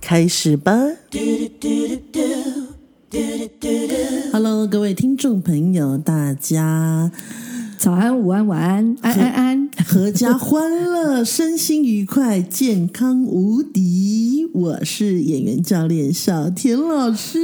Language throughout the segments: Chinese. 开始吧！Hello，各位听众朋友，大家早安、午安、晚安，安安安。阖家欢乐，身心愉快，健康无敌。我是演员教练小田老师。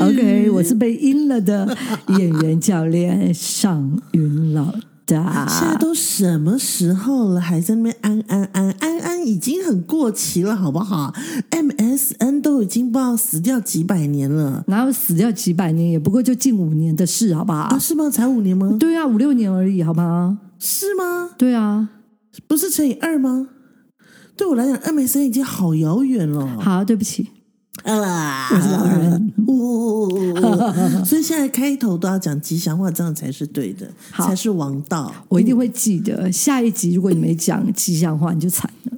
OK，我嗯是被阴了的演员教练尚云老现在大。都什么时候了，还在那边安安安安安，已经很过期了，好不好？MSN 都已经不知道死掉几百年了哪有死掉几百年，也不过就近五年的事，好不好啊？？是吗？才五年吗？对啊，五六年而已，好吗？是吗？对啊，不是乘以二吗？对我来讲，MSN 已经好遥远了。好，对不起，啊，我是老 人。呜所以现在开头都要讲吉祥话，这样才是对的，好才是王道。我一定会记得。下一集如果你没讲吉祥话，你就惨了。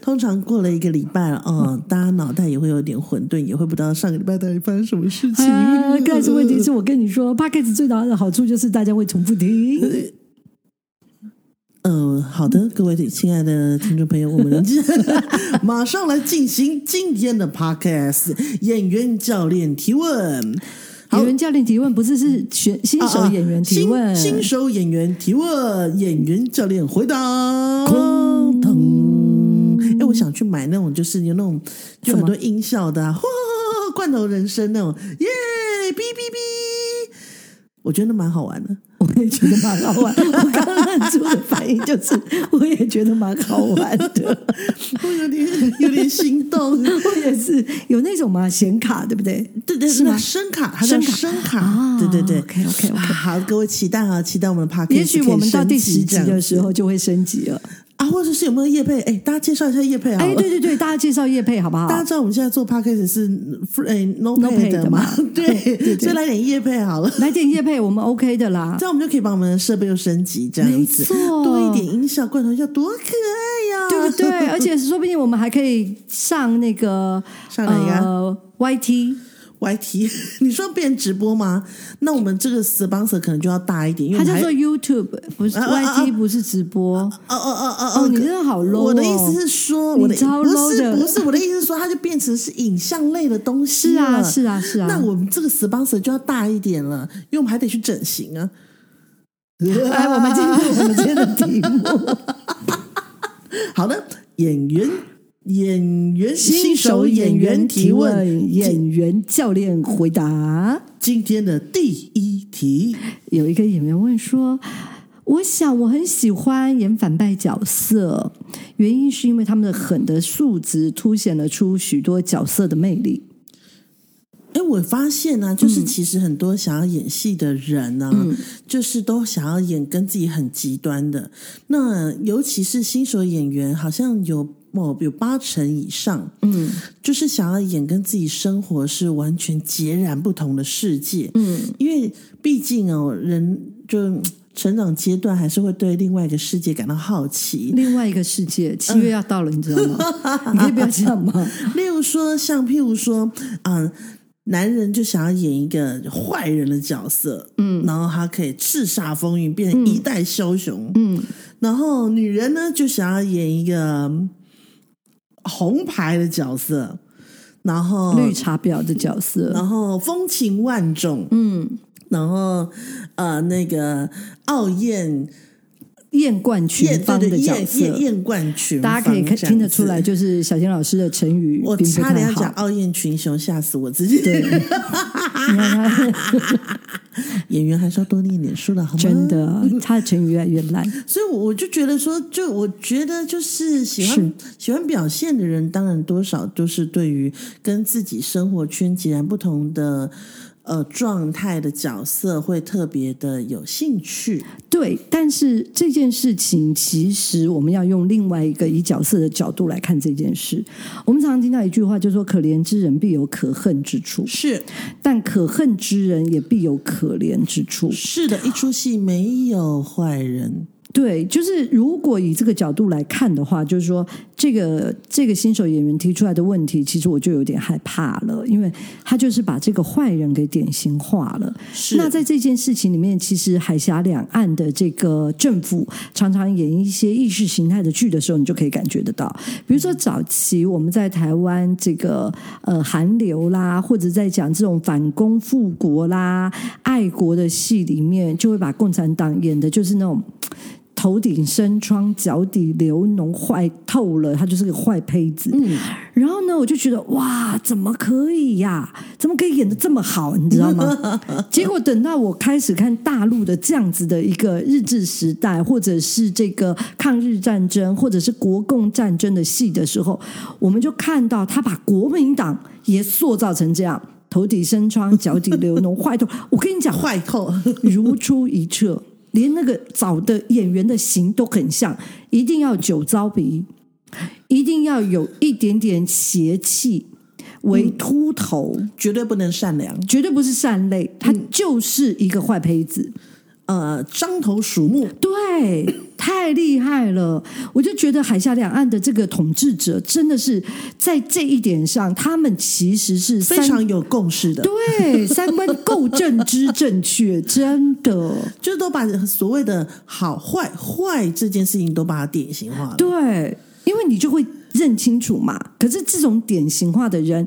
通常过了一个礼拜了，嗯，大家脑袋也会有点混沌，也会不知道上个礼拜到底发生什么事情。啊，但是问题是我跟你说 p o d c a s 最大的好处就是大家会重复听。呃，好的，各位亲爱的听众朋友，我们 马上来进行今天的 podcast 演员教练提问。好演员教练提问不是是选新手演员提问，啊啊新新手演员提问，演员教练回答。空腾，哎，我想去买那种，就是有那种就很多音效的、啊，哗罐头人生那种，耶，哔哔哔，我觉得那蛮好玩的。我也觉得蛮好玩。我刚刚愣住的反应就是，我也觉得蛮好玩的。 我有点有点心动，我也是有那种嘛显卡，对不对？对对是那吗？声卡，它声叫卡声卡啊，对对对 OK，OK，OK 啊好，各位期待啊，期待我们的 podcast 也许我们到第十集的时候候就会升级了。啊，或者是有没有叶配？哎，大家介绍一下叶配好哎，了。对对对，大家介绍叶配好不好大？家知道我们现在做 podcast 是嗯 free 哎 no No pay pay 的的嘛嘛？ 对，所以来点叶配好了。来点叶配，我们 OK 的啦这。样我们就可以把我们的设备又升级，这样没子错多一点音效，罐头要多可爱呀、对不对？ 而且说不定我们还可以上那个上哪一个呃 YT，我还提， 你说变直播吗？那我们这个 sponsor 可能就要大一点，因为它我们叫还做 YouTube，不是啊啊啊 YT，不是直播。哦哦哦哦哦你真的好 low 哦我的意思是说，我的你超不 low 是的不是，我的意思是说，它就变成是影像类的东西是啊，了是啊，是啊。那 我们这个 sponsor 就要大一点了，因为我们还得去整 形啊。来，哎我们进入我们今天的题目。好的，演员演员新手演员提问，今演员教练回答。今天的第一题，有一个演员问说：“我想我很喜欢演反派角色，原因是因为他们的狠的素质凸显了出许多角色的魅力。哎，我发现呢、啊，嗯就是其实很多想要演戏的人呢、啊，就是都想要演跟自己很极端的。那尤其是新手演员，好像有某有八成以上，嗯就是想要演跟自己生活是完全截然不同的世界。嗯，因为毕竟哦，人就嗯成长阶段还是会对另外一个世界感到好 奇。另外一个世界，嗯七月要到了，你知道 吗？你可以不要这样吗？例如说，像譬如说，嗯、男人就想要演一个坏人的角色，嗯，然后他可以叱咤风云，变成一代枭雄，嗯，然后女人呢就想要演一个红牌的角色，然后绿茶婊的角色，然后风情万种，嗯，然后呃那个傲艳艳冠群艳芳对的对角艳艳色，艳冠群芳，大家可以看这样听得出来，子。就是小金老师的成语我并不差点太要讲 好。”傲艳群雄，吓死我自己。对，你看他啊演员还是要多练点书的，好吗？真的，他的成语越来越烂。所以我我就觉得说，就我觉得就是喜欢是喜欢表现的人，当然多少都是对于跟自己生活圈截然不同的呃状态的角色会特别的有兴趣。对，但是这件事情其实我们要用另外一个以角色的角度来看这件事。我们常常听到一句话，就说“可怜之人必有可恨之处”，是但可恨之人也必有可怜之处。是的，一出戏没有坏人，对，就是如果以这个角度来看的话，就是说这个这个新手演员提出来的问题，其实我就有点害怕了，因为他就是把这个坏人给典型化了。是那在这件事情里面，其实海峡两岸的这个政府常常演一些意识形态的剧的时候，你就可以感觉得到。比如说早期我们在台湾这个呃韩流啦，或者在讲这种反攻复国啦、爱国的戏里面，就会把共产党演的就是那种。头顶生疮，脚底流脓，坏透了，他就是个坏胚子。嗯，然后呢，我就觉得哇，怎么可以呀、怎么可以演的这么好？你知道吗？结果等到我开始看大陆的这样子的一个日治时代，或者是这个抗日战争，或者是国共战争的戏的时候，我们就看到他把国民党也塑造成这样，头顶生疮，脚底流脓，坏透。我跟你讲，坏透 如出一辙，连那个找的演员的型都很像，一定要酒糟鼻，一定要有一点点邪气，为秃头，绝对不能善良。绝对不是善类，嗯他就是一个坏胚子。嗯呃，獐头鼠目，对，太厉害了！我就觉得海峡两岸的这个统治者真的是在这一点上，他们其实是非三常有共识的，对三观够正之正确，真的。就是都把所谓的好坏坏这件事情都把它典型化了。对，因为你就会认清楚嘛。可是这种典型化的人，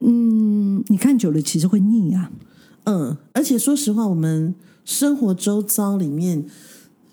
嗯，你看久了其实会腻啊。嗯，而且说实话，我们生活周遭里面，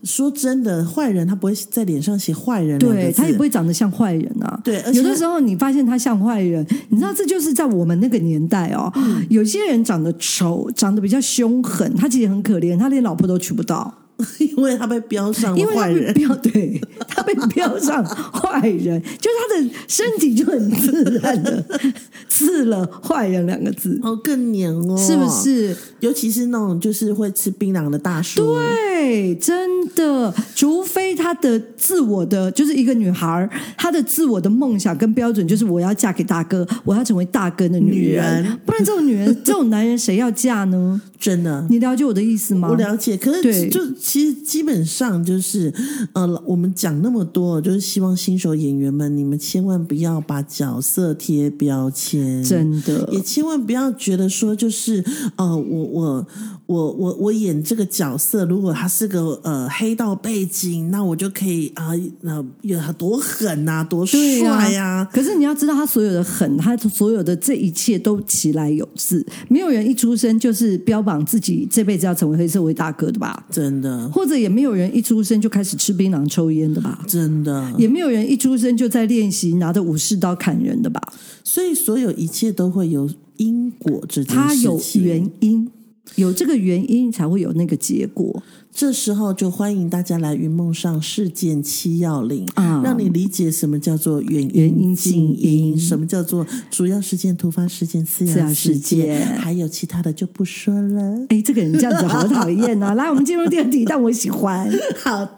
说真的，坏人他不会在脸上写坏人两个对字他也不会长得像坏人啊。对而且有的时候你发现他像坏人，你知道这就是在我们那个年代哦，嗯有些人长得丑，长得比较凶狠，他其实很可怜，他连老婆都娶不到。 因为他被标上因为他嗯坏被人。标 对，他被标上坏人，就是他的身体就很自然的 刺了“坏人”两个字，哦，更黏哦，是不？是？尤其是那种就是会吃槟榔的大叔，对，啊真的，除非她的自我的就是一个女孩儿，她的自我的梦想跟标准就是我要嫁给大哥，我要成为大哥的女人，女人不然这种女人，这种男人谁要嫁呢？ 真的。你了解我的意思吗？我了解，可对是就其实基本上就是，呃，我们讲那么多，就是希望新手演员们，你们千万不要把角色贴标签，真的，也千万不要觉得说就是呃，我我我我我演这个角色，如果他是个呃黑道背景，那我就可以啊，那、呃、有多狠呐、多对啊帅啊呀、可是你要知道，他所有的狠，他所有的这一切都其来有自，没有人一出生就是标榜自己这辈子要成为黑社会大哥的吧？真的或者也没有人一出生就开始吃槟榔抽烟的吧？真的，也没有人一出生就在练习拿着武士刀砍人的吧？所以所有一切都会有因果这件他事有情。原因，有这个原因才会有那个结果这时候就欢迎大家来云梦上事件七要领。啊让你理解什么叫做原原因因静静因因，什么叫做主要事件、突发事件、次次要要事事件件，还有其他的就不说了。哎，这个人这样子好讨厌 啊！来，我们进入第二题，但我喜 欢。好的，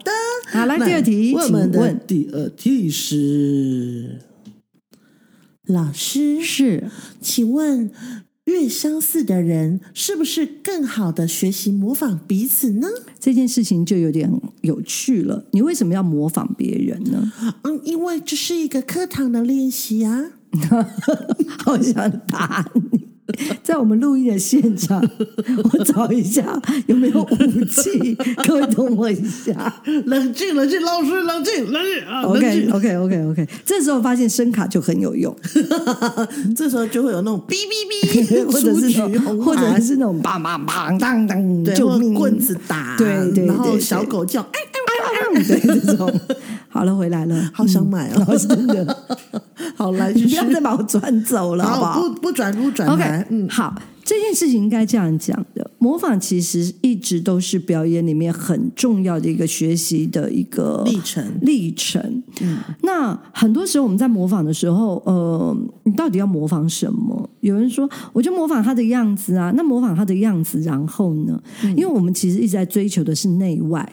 好，来那第二题，我请们的问第二题是老师，是请问越相似的人是不是更好的学习模仿彼此呢？这件事情就有点有趣了。你为什么要模仿别人呢？嗯，因为这是一个课堂的练习啊。 好想打你！ 在我们录音的现场，我找一下有没有武器， 各位等我一下。冷静，冷静，老师，冷静，冷静 啊 OK OK OK OK，这时候发现声卡就很有 用，这时候就会有那种哔哔 哔，或者是出局那种红或者牌是那种梆梆梆当当，对，救或者命棍子打，对对对然后对小狗叫，哎，嗯 对这种。 好了，回来了， 好想买 嗯，好哦，真的，好来你就不是要，再把我转走了，好不好？不不转不转 OK，台，嗯，好，这件事情应该这样讲的：模仿其实一直都是表演里面很重要的一个学习的一个历程历程。那很多时候我们在模仿的时候，呃，你到底要模仿什么？有人说，我就模仿他的样子啊，那模仿他的样子，然后呢？因为我们其实一直在追求的是内外，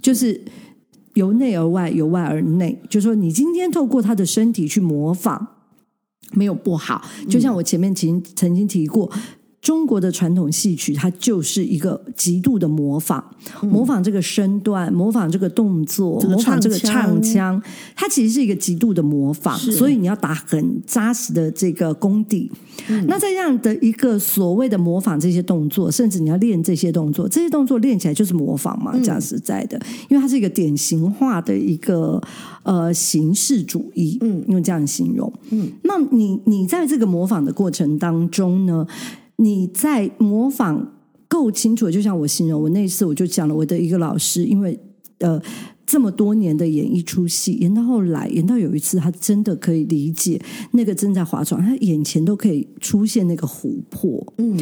就是。由内而外，由外而内，就是说，你今天透过他的身体去模仿，没有不好。就嗯像我前面曾曾经提过，中国的传统戏曲它就是一个极度的模仿，模仿这个身段，模仿这个动作，嗯这个模仿这个唱腔唱腔，它其实是一个极度的模仿，是所以你要打很扎实的这个功底。那在这样的一个所谓的模仿这些动作，甚至你要练这些动作，这些动作练起来就是模仿嘛，讲实在的，因为它是一个典型化的一个呃形式主义，嗯，用这样形容，嗯，那你你在这个模仿的过程当中呢，你在模仿够清楚，就像我形容，我那一次我就讲了我的一个老师，因为呃。这么多年的演一出戏，演到后来，演到有一次，他真的可以理解那个正在划船，他眼前都可以出现那个琥珀。嗯，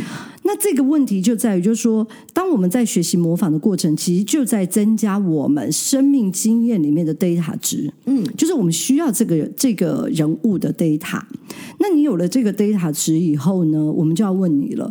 那这个问题就在于，就是说，当我们在学习模仿的过程，其实就在增加我们生命经验里面的 data 值。嗯，就是我们需要这个这个人物的 data。那你有了这个 data 值以后呢，我们就要问你了。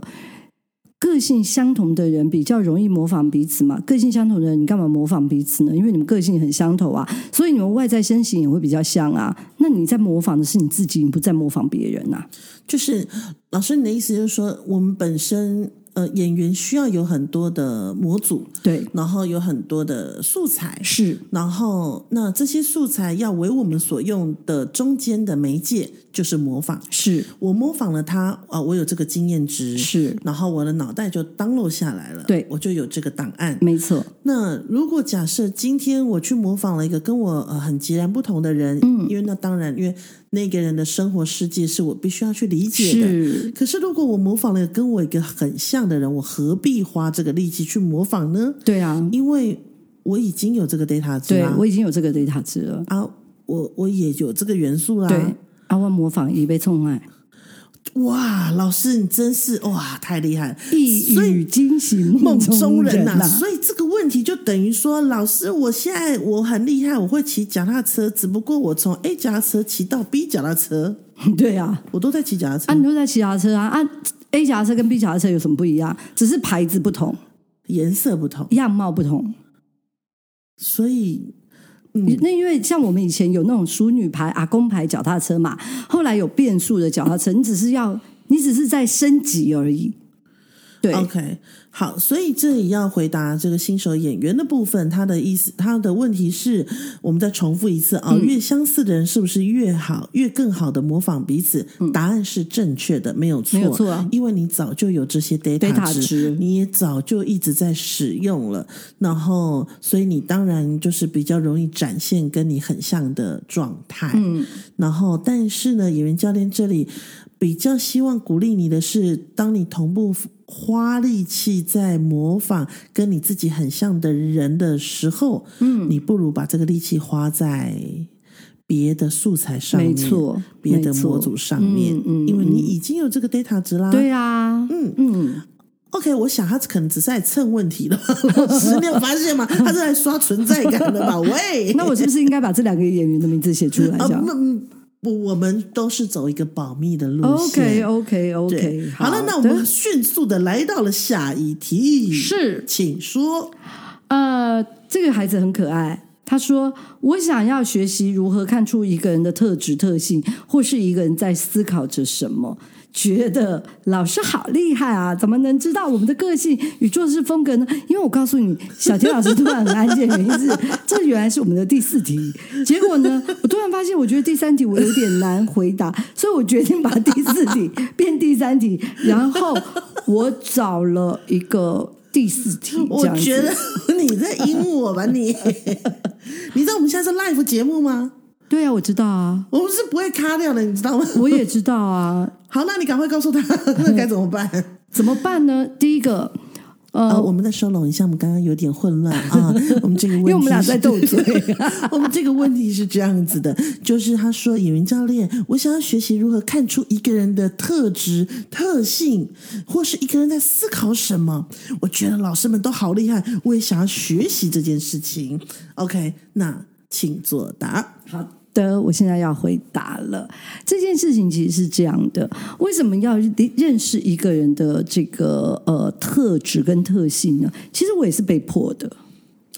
个性相同的人比较容易模仿彼此嘛？个性相同的人，你干嘛模仿彼此呢？因为你们个性很相投啊，所以你们外在身形也会比较像啊。那你在模仿的是你自己，你不在模仿别人啊。就是老师，你的意思就是说，我们本身呃演员需要有很多的模组，对，然后有很多的素材，是然后那这些素材要为我们所用的中间的媒介就是模仿。是我模仿了他啊、我有这个经验值，是，然后我的脑袋就 download 下来了，对我就有这个档案。没错，那如果假设今天我去模仿了一个跟我呃很截然不同的人，嗯，因为那当然，因为那个人的生活世界是我必须要去理解的。是可是如果我模仿了跟我一个很像的人，我何必花这个力气去模仿呢？对啊，因为我已经有这个 data 值对啦，我已经有这个 data 值了。啊，我我也有这个元素啦。对，啊，我模仿已被宠爱，哇，老师你真是哇，太厉害了！一所以语惊醒 梦中中啊人啊呐、呐、所以这个问题就等于说，老师，我现在我很厉害，我会骑脚踏车，只不过我从 A 脚踏车骑到 B 脚踏车， 对啊，我都在骑脚踏车，啊，你都在骑脚踏车啊，啊，A 脚踏车跟 B 脚踏车有什么不一样？只是牌子不同，颜色不同，样貌不同。所以嗯那因为像我们以前有那种淑女牌、阿公牌脚踏车嘛，后来有变速的脚踏车，你只是要，你只是在升级而已。对， OK 好，所以这里要回答这个新手演员的部分，他的意思，他的问题是，我们再重复一次啊、嗯越相似的人是不是越好，越更好的模仿彼此？答案是正确的，没有错，嗯没有错啊因为你早就有这些 data data 值，值你也早就一直在使用了，然后，所以你当然就是比较容易展现跟你很像的状态，嗯，然后，但是呢，演员教练这里比较希望鼓励你的是，当你同步花力气在模仿跟你自己很像的人的时候，嗯，你不如把这个力气花在别的素材上面，没错，别没的错模组上面，嗯嗯因为你已经有这个 data 值啦。对啊，嗯嗯， OK，我想他可能只是在蹭问题了，老师，你有发现吗？他是来刷存在感的 吧？喂，那我是不是应该把这两个演员的名字写出来？ 啊这样不不，我们都是走一个保密的路？OK 线。OK 对 OK，，好了，那我们迅速的来到了下一题，是请说。呃，这个孩子很可爱。他说：“我想要学习如何看出一个人的特质、特性，或是一个人在思考着什么。觉得老师好厉害啊！怎么能知道我们的个性与做事风格呢？因为我告诉你，小田老师突然很安静，原因是这原来是我们的第四题。结果呢，我突然发现，我觉得第三题我有点难回答，所以我决定把第四题变第三题，然后我找了一个第四题。这 我样子觉得你在阴我 吧你，你知道我们现在是 live 节目吗？对啊，我知道 啊，我们是不会卡掉的，你知道吗？我也知道啊，好，那你赶快告诉他，那该怎么办？怎么办呢？第一个，啊，我们再收拢一下，我们刚刚有点混乱 啊。我们这个问因题，为我们俩在斗 嘴。啊我们这个问题是这样子的，就是他说演员教练，我想要学习如何看出一个人的特质、特性，或是一个人在思考什么。我觉得老师们都好厉害，我也想要学习这件事情。OK，那请作答。好的，我现在要回答了。这件事情其实是这样的：为什么要认识一个人的这个呃特质跟特性呢？其实我也是被迫的。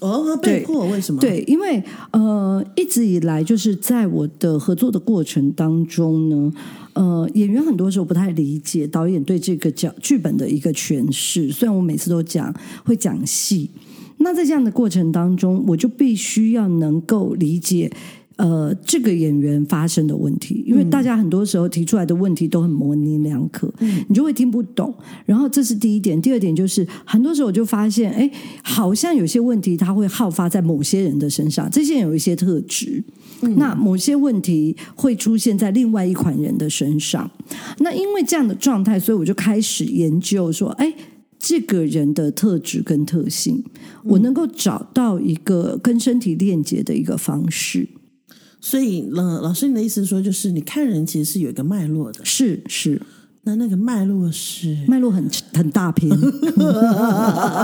哦，被迫为什么？对，因为呃，一直以来就是在我的合作的过程当中呢，呃，演员很多时候不太理解导演对这个角剧本的一个诠释。虽然我每次都讲会讲戏，那在这样的过程当中，我就必须要能够理解。呃，这个演员发生的问题，因为大家很多时候提出来的问题都很模棱两可，嗯、你就会听不懂。然后这是第一点，第二点就是很多时候我就发现，哎，好像有些问题它会好发在某些人的身上，这些人有一些特质，嗯、那某些问题会出现在另外一款人的身上。那因为这样的状态，所以我就开始研究说，哎。这个人的特质跟特性，我能够找到一个跟身体链接的一个方式。所以，老老师，你的意思说，就是你看人其实是有一个脉络的，是是，那那个脉络是脉络很很大篇，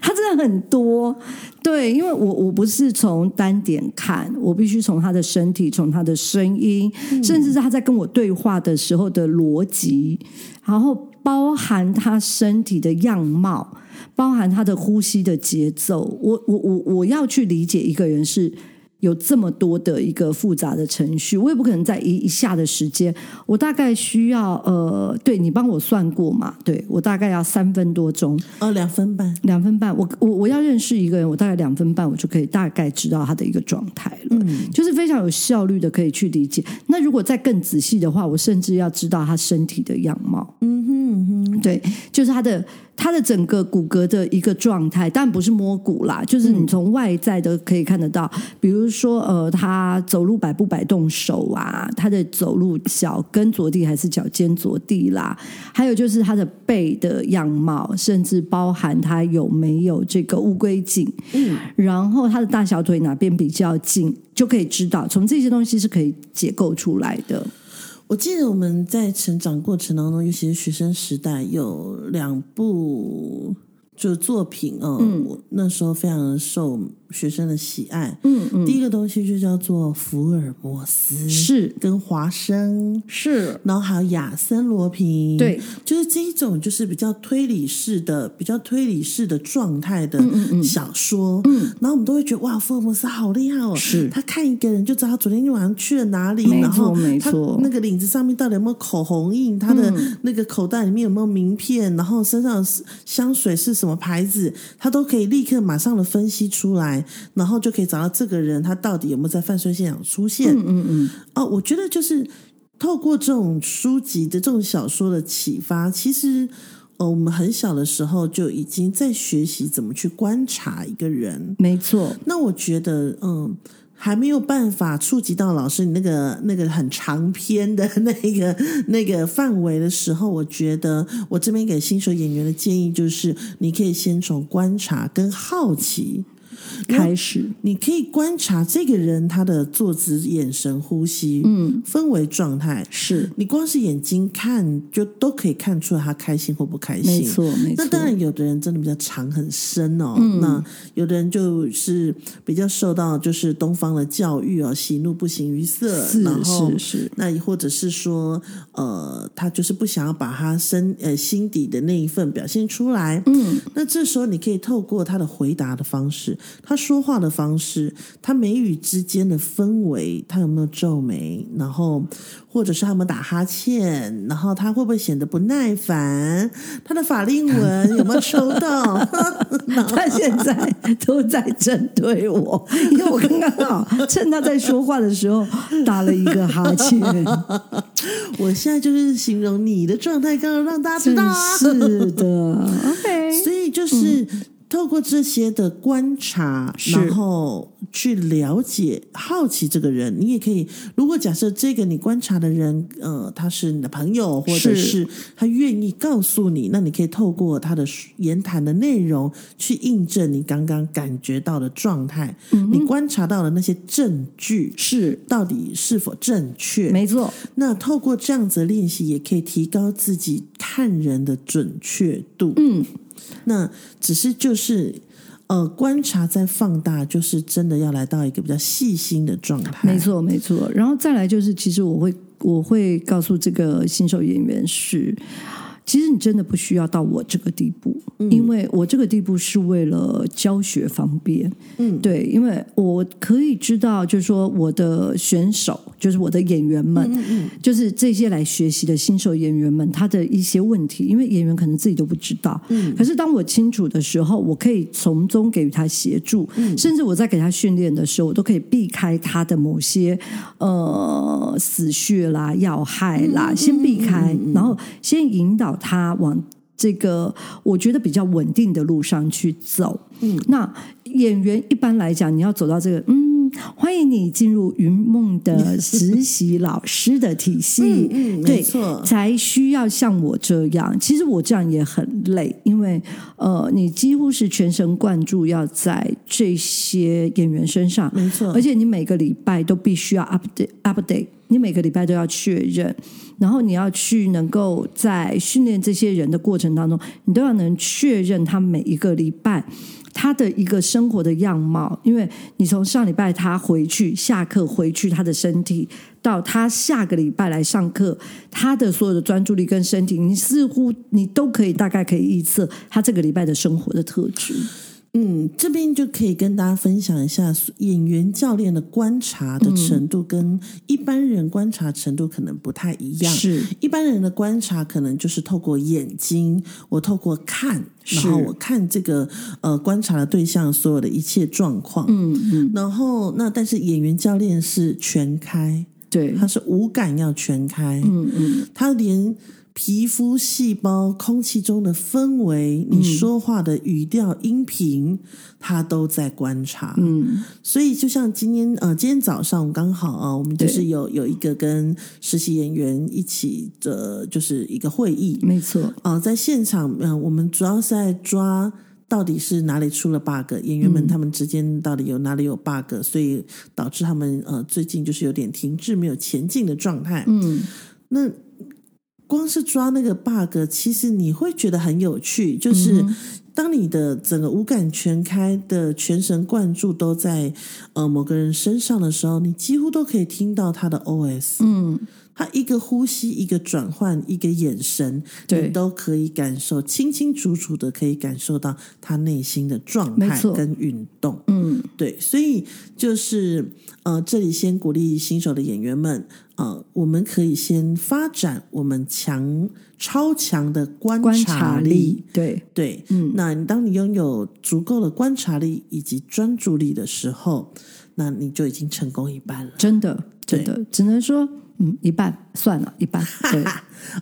它真的很多。对，因为我我不是从单点看，我必须从他的身体，从他的声音，嗯、甚至是他在跟我对话的时候的逻辑，然后包含他身体的样貌，包含他的呼吸的节奏。我我我我要去理解一个人是。有这么多的一个复杂的程序，我也不可能在一一下的时间，我大概需要呃，对你帮我算过嘛？对我大概要三分多钟，哦，两分半，两分半，我我我要认识一个人，我大概两分半，我就可以大概知道他的一个状态了，嗯，就是非常有效率的可以去理解。那如果再更仔细的话，我甚至要知道他身体的样貌，嗯哼嗯哼，对，就是他的。他的整个骨骼的一个状态，但不是摸骨啦，就是你从外在的可以看得到，嗯、比如说呃，他走路摆不摆动手啊，他的走路脚跟着地还是脚尖着地啦，还有就是他的背的样貌，甚至包含他有没有这个乌龟颈，嗯，然后他的大小腿哪边比较近，就可以知道，从这些东西是可以解构出来的。我记得我们在成长过程当中，尤其是学生时代，有两部就作品哦，嗯、我那时候非常受学生的喜爱。嗯嗯，第一个东西就叫做福尔摩斯，是跟华生是，然后还有亚森罗平，对，就是这一种就是比较推理式的、比较推理式的状态嗯的小说。嗯,嗯,嗯，然后我们都会觉得哇，福尔摩斯好厉害哦，是他看一个人就知道他昨天晚上去了哪里，没然后错没他错，嗯那个领子上面到底有没有口红印？他的那个口袋里面有没有名片？然后身上的香水是什么牌子？他都可以立刻马上的分析出来，然后就可以找到这个人他到底有没有在犯罪现场出现。嗯嗯嗯，哦，我觉得就是透过这种书籍的这种小说的启发，其实呃，我们很小的时候就已经在学习怎么去观察一个人。没错，那我觉得，嗯。还没有办法触及到老师你那个那个很长篇的那个那个范围的时候，我觉得我这边给新手演员的建议就是，你可以先从观察跟好奇。开始，你可以观察这个人他的坐姿、眼神、呼吸，嗯，氛围状态，是你光是眼睛看就都可以看出来他开心或不开心。没错，没错。那当然，有的人真的比较长很深哦，嗯、那有的人就是比较受到就是东方的教育哦，喜怒不形于色，是然后是是，那或者是说，呃，他就是不想要把他身呃心底的那一份表现出来，嗯，那这时候你可以透过他的回答的方式。他说话的方式，他眉宇之间的氛围，他有没有皱眉？然后，或者是他们打哈欠，然后他会不会显得不耐烦？他的法令纹有没有抽到？ 他现在都在针对我，因为我刚刚好趁他在说话的时候打了一个哈欠。我现在就是形容你的状态，刚刚让大家知道啊，嗯是的。OK，所以就是。嗯透过这些的观察，是然后去了解、好奇这个人，你也可以。如果假设这个你观察的人，呃，他是你的朋友，或者是是他愿意告诉你，那你可以透过他的言谈的内容去印证你刚刚感觉到的状态，你观察到的那些证据嗯是到底是否正确？没错，那透过这样子的练习，也可以提高自己看人的准确度。嗯，那只是就是呃，观察再放大，就是真的要来到一个比较细心的状态。没，错，没错。然后再来就是，其实我会我会告诉这个新手演员是，其实你真的不需要到我这个地步，因为我这个地步是为了教学方便。嗯对，因为我可以知道，就是说我的选手，就是我的演员们，就是这些来学习的新手演员们，他的一些问题，因为演员可能自己都不知道。嗯，可是当我清楚的时候，我可以从中给予他协助，甚至我在给他训练的时候，我都可以避开他的某些呃死穴啦、要害啦，先避开，然后先引导他往这个我觉得比较稳定的路上去走。嗯，那演员一般来讲，你要走到这个，嗯，欢迎你进入云梦的实习老师的体系，嗯嗯没对，错才需要像我这样。其实我这样也很累，因为呃，你几乎是全神贯注要在这些演员身上，没错，而且你每个礼拜都必须要 update update，你每个礼拜都要确认，然后你要去能够在训练这些人的过程当中，你都要能确认他每一个礼拜。他的一个生活的样貌，因为你从上礼拜他回去下课回去他的身体，到他下个礼拜来上课，他的所有的专注力跟身体，你似乎你都可以大概可以预测他这个礼拜的生活的特质。嗯，这边就可以跟大家分享一下演员教练的观察嗯的程度，跟一般人观察程度可能不太一样。是一般人的观察可能就是透过眼睛，我透过看，然后是我看这个呃观察的对象所有的一切状况。嗯嗯，然后那但是演员教练是全开，对，他是五感要全开，嗯嗯，他连皮肤细胞、空气中的氛围、嗯你说话的语调、音频，他都在观察，嗯，所以就像今天呃，今天早上刚好啊，我们就是对有有一个跟实习演员一起的，就是一个会议，没错。啊，在现场，嗯、我们主要是在抓到底是哪里出了 bug，演员们他们之间到底有哪里有 bug，、所以导致他们呃最近就是有点停滞、没有前进的状态。嗯，那光是抓那个 bug，其实你会觉得很有趣，嗯就是当你的整个五感全开的、全神贯注都在呃某个人身上的时候，你几乎都可以听到他的 OS。嗯，他一个呼吸，一个转换，一个眼神，对你都可以感受清清楚楚的，可以感受到他内心的状没态错跟运动。嗯，对，所以就是呃，这里先鼓励新手的演员们，呃，我们可以先发展我们强超强的观观察察力，嗯对，对，那你当你拥有足够的观察力以及专注力的时候，那你就已经成功一半了。真的，对真的，只能说，嗯，一半算了，一半， 对，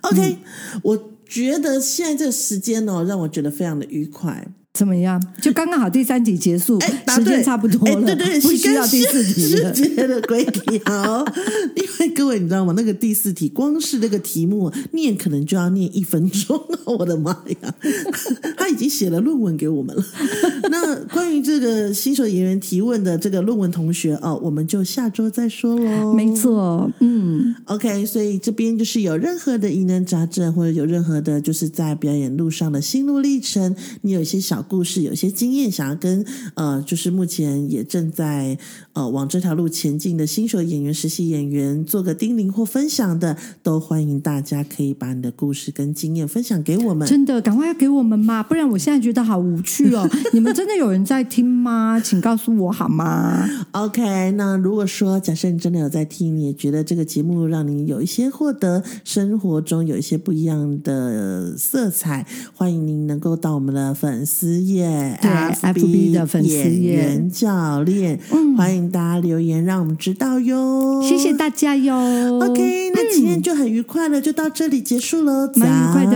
OK，、我嗯觉得现在这个时间哦，让我觉得非常的愉快。怎么样？就刚刚好第三题结束， 哎，答时对间差不多哎了，对对，不需要第四题了。世界的鬼题好。 另外，各位你知道吗？那个第四题，光是那个题目念可能就要念一分钟哦我的妈呀！ 他已经写了论文给我们了。 那关于这个新手演员提问的这个论文同学哦，我们就下周再说喽。没错，嗯， OK，所以这边就是有任何的疑难杂症，或者有任何的就是在表演路上的心路历程，你有一些小故事，有一些经验想要跟呃，就是目前也正在呃往这条路前进的新手演员、实习演员做个叮咛或分享的，都欢迎大家可以把你的故事跟经验分享给我们。真的，赶快给我们嘛，不然我现在觉得好无趣 哦。你们真的有人在听吗？请告诉我好吗？ OK，那如果说假设你真的有在听，你也觉得这个节目让你有一些获得生活中有一些不一样的色彩，欢迎您能够到我们的粉丝页，对 FB 的粉丝页演员教练，欢迎大家留言让我们知道哟。谢谢大家哟。哦 OK，那今嗯天就很愉快了，就到这里结束喽。蛮愉快的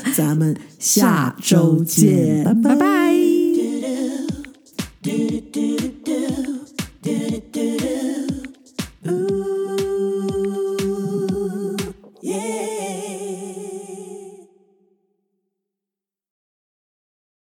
咱们咱们们下周见，拜拜。拜拜